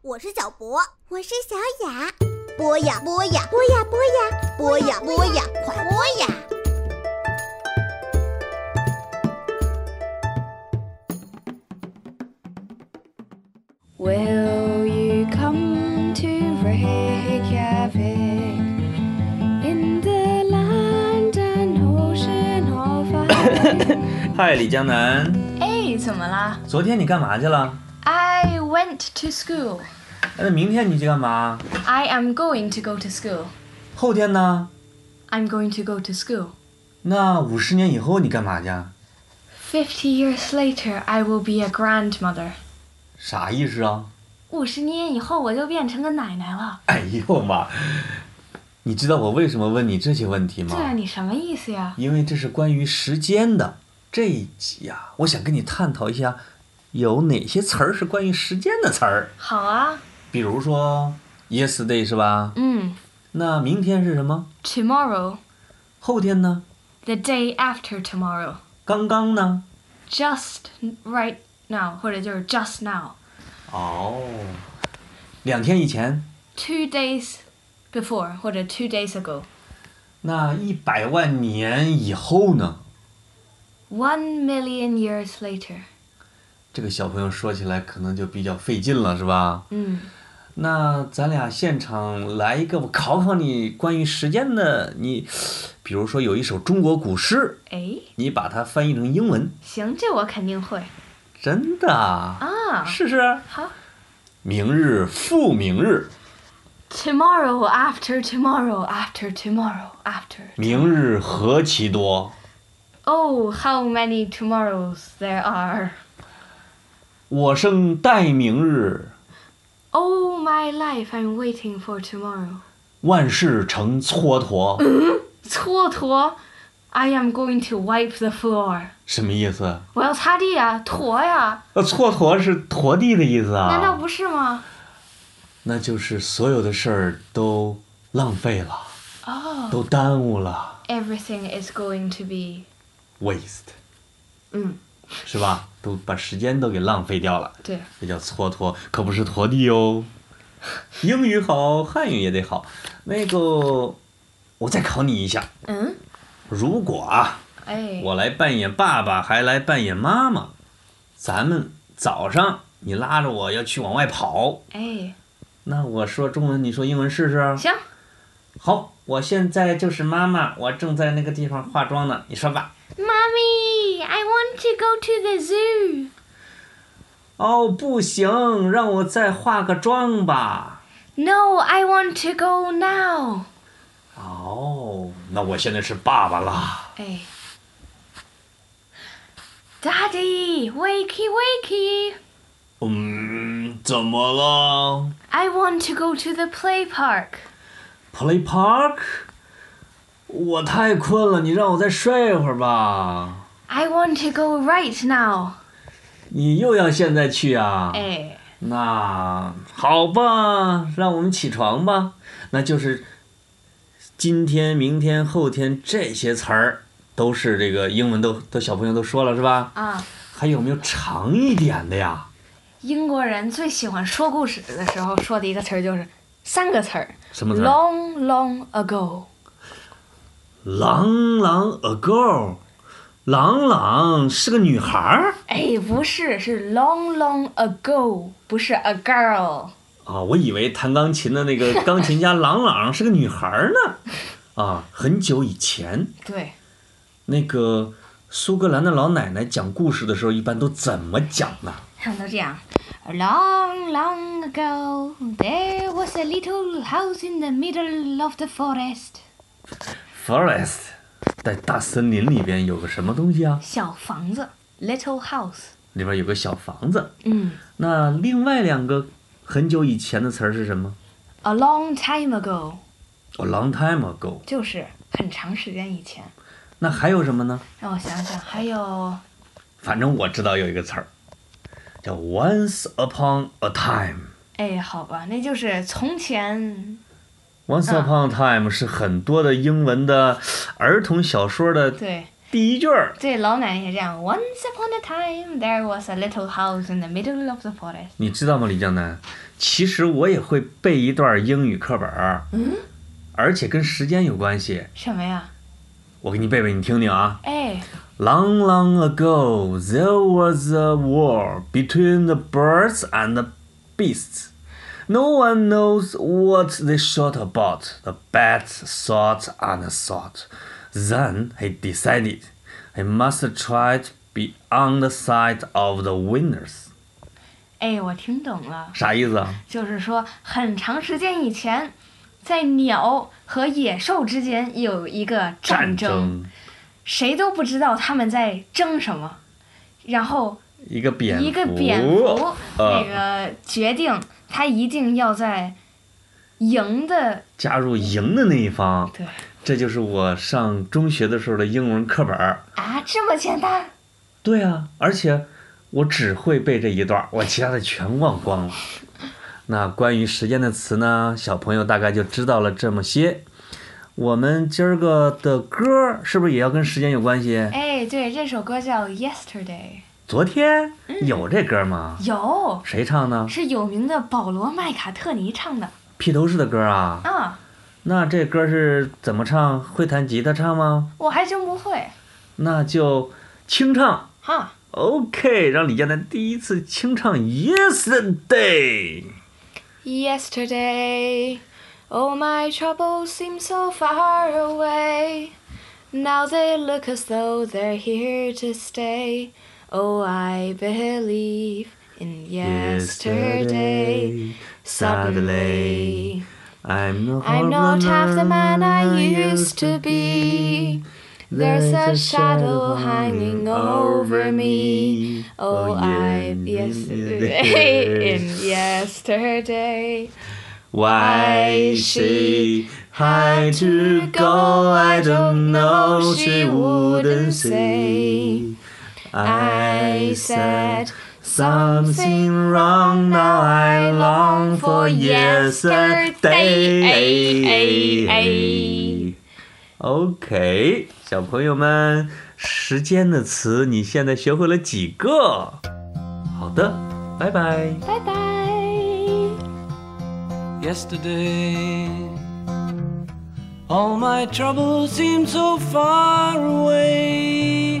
我是小博，我是小雅。播呀播呀，播呀播呀，播呀播呀，快播呀！ Will you come to Reykjavik in the land and ocean of Ireland? 嗨，李江南，哎，怎么啦昨天你干嘛去了？哎？I went to school. 那明天你去干嘛？ I am going to go to school. 后天呢？ I'm going to go to school. 那五十年以后你干嘛去？ Fifty years later, I will be a grandmother. 啥意思啊？ 五十年以后，我就变成个奶奶了。哎呦妈！你知道我为什么问你这些问题这吗？让你什么意思呀？因为这是关于时间的这一集呀、我想跟你探讨一下，有哪些词儿是关于时间的词儿？好啊，比如说 yesterday 是吧？嗯那明天是什么？ ，tomorrow, 后天呢？ the day after tomorrow. 刚刚呢？ just right now，或者就是 just now。哦，两天以前。 Two days before 或者 two days ago。那一百万年以后呢？ One million years later。这个小朋友说起来可能就比较费劲了，是吧？嗯，那咱俩现场来一个，我考考你关于时间的。你，比如说有一首中国古诗，哎，你把它翻译成英文，行，这我肯定会 Ah. 真的啊？啊。试试。好明日复明日， ，Tomorrow after tomorrow after tomorrow after。明日何其多。 Oh, how many tomorrows there are! 我生待明日， All Oh, my life I'm waiting for tomorrow. 万事成蹉跎。蹉跎，I am going to wipe the floor. 什么意思？我要擦地呀，坨呀，呃，蹉跎是陀地的意思啊？难道不是吗？那就是所有的事儿都浪费了，哦、都耽误了 everything is going to be ，waste，嗯，是吧？都把时间都给浪费掉了，对，这叫蹉跎，可不是陀地哦。 英语好，汉语也得好。那个，我再考你一下，嗯，如果啊，哎，我来扮演爸爸，还来扮演妈妈，咱们早上你拉着我要去往外跑，哎，那我说中文，你说英文试试啊。行，好，我现在就是妈妈，我正在那个地方化妆呢。你说吧。 mommy, I want to go to the zoo. 哦，不行，让我再化个妆吧。 No, I want to go now. 哦，那我现在是爸爸啦。哎，Daddy, wakey, wakey. 嗯，怎么了 I want to go to the play park. ？Play Park？我太困了，你让我再睡一会儿吧。 I want to go right now. 你又要现在去啊？哎，那好吧，让我们起床吧。那就是今天、明天、后天这些词儿，都是这个英文都都小朋友都说了是吧？啊，还有没有长一点的呀？Uh, 英国人最喜欢说故事的时候说的一个词儿就是三个词儿什么词儿，long, long ago。朗朗 ago，朗朗是个女孩儿哎，不是，是 long long ago，不是 a girl。啊、我以为弹钢琴的那个钢琴家朗朗是个女孩儿呢。啊，很久以前，对，那个苏格兰的老奶奶讲故事的时候，一般都怎么讲呢？他们都这样。Long long ago, there was a little house in the middle of the forest。 Forest，在大森林里边有个什么东西啊？小房子，little house。里边有个小房子。嗯那另外两个很久以前的词儿是什么，a long time ago， ？A long time ago。就是很长时间以前。那还有什么呢？让我想想，还有反正我知道有一个词儿，叫 Once upon a time。哎，好吧，那就是从前。 Once upon a time 是很多的英文的儿童小说的对，第一句儿，这老奶奶也这样。Once upon a time, there was a little house in the middle of the forest。你知道吗，李江南？其实我也会背一段英语课本儿，嗯，而且跟时间有关系。什么呀？我给你背背，你听听啊。哎， Long, long ago, there was a war between the birds and the beasts. No one knows what they shot about. The bat thought and thought. Then he decided he must try to be on the side of the winners. 哎，我听懂了，啥意思啊？就是说很长时间以前，在鸟和野兽之间有一个战战争，谁都不知道他们在争什么，然后一个蝙蝠，一个蝙蝠，那呃，个决定他一定要在赢的加入赢的那一方。对这就是我上中学的时候的英文课本儿。啊，这么简单。对啊，而且我只会背这一段儿，我其他的全忘光了。那关于时间的词呢，小朋友大概就知道了这么些。我们今儿个的歌儿是不是也要跟时间有关系？哎，对，这首歌叫《Yesterday 昨天有这歌吗》，？有谁唱的？是有名的保罗·麦卡特尼唱的披头士的歌啊？啊，那这歌是怎么唱？会弹吉他唱吗？我还真不会那就清唱。哈。 OK，让李佳楠第一次清唱《Yesterday》。 Yesterday, all my troubles seem so far away. Now they look as though they're here to stay. Oh, I believe in yesterday. Suddenly, I'm not, I'm not half the man I used to be. There's a shadow hanging over me. Oh, I yesterday in yesterday. Why she had to go, I don't know, she wouldn't say. I said something wrong, now I long for yesterday. OK，小朋友们，时间的词你现在学会了几个？好的，拜拜。 Bye bye. yesterday. All my troubles seem so far away.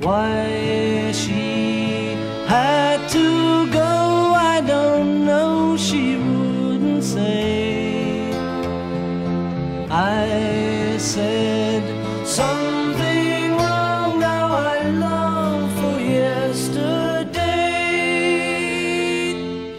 Why she had to go, I don't know, she wouldn't say. I said something wrong. Now I long for yesterday.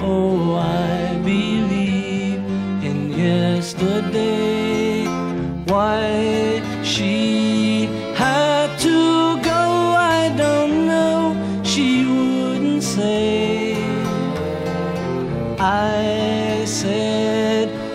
Oh, I believe in yesterday. Why she had to go, I don't know. She wouldn't say. I said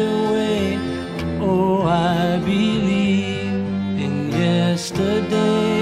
away. Oh, I believe in yesterday. Mm-hmm.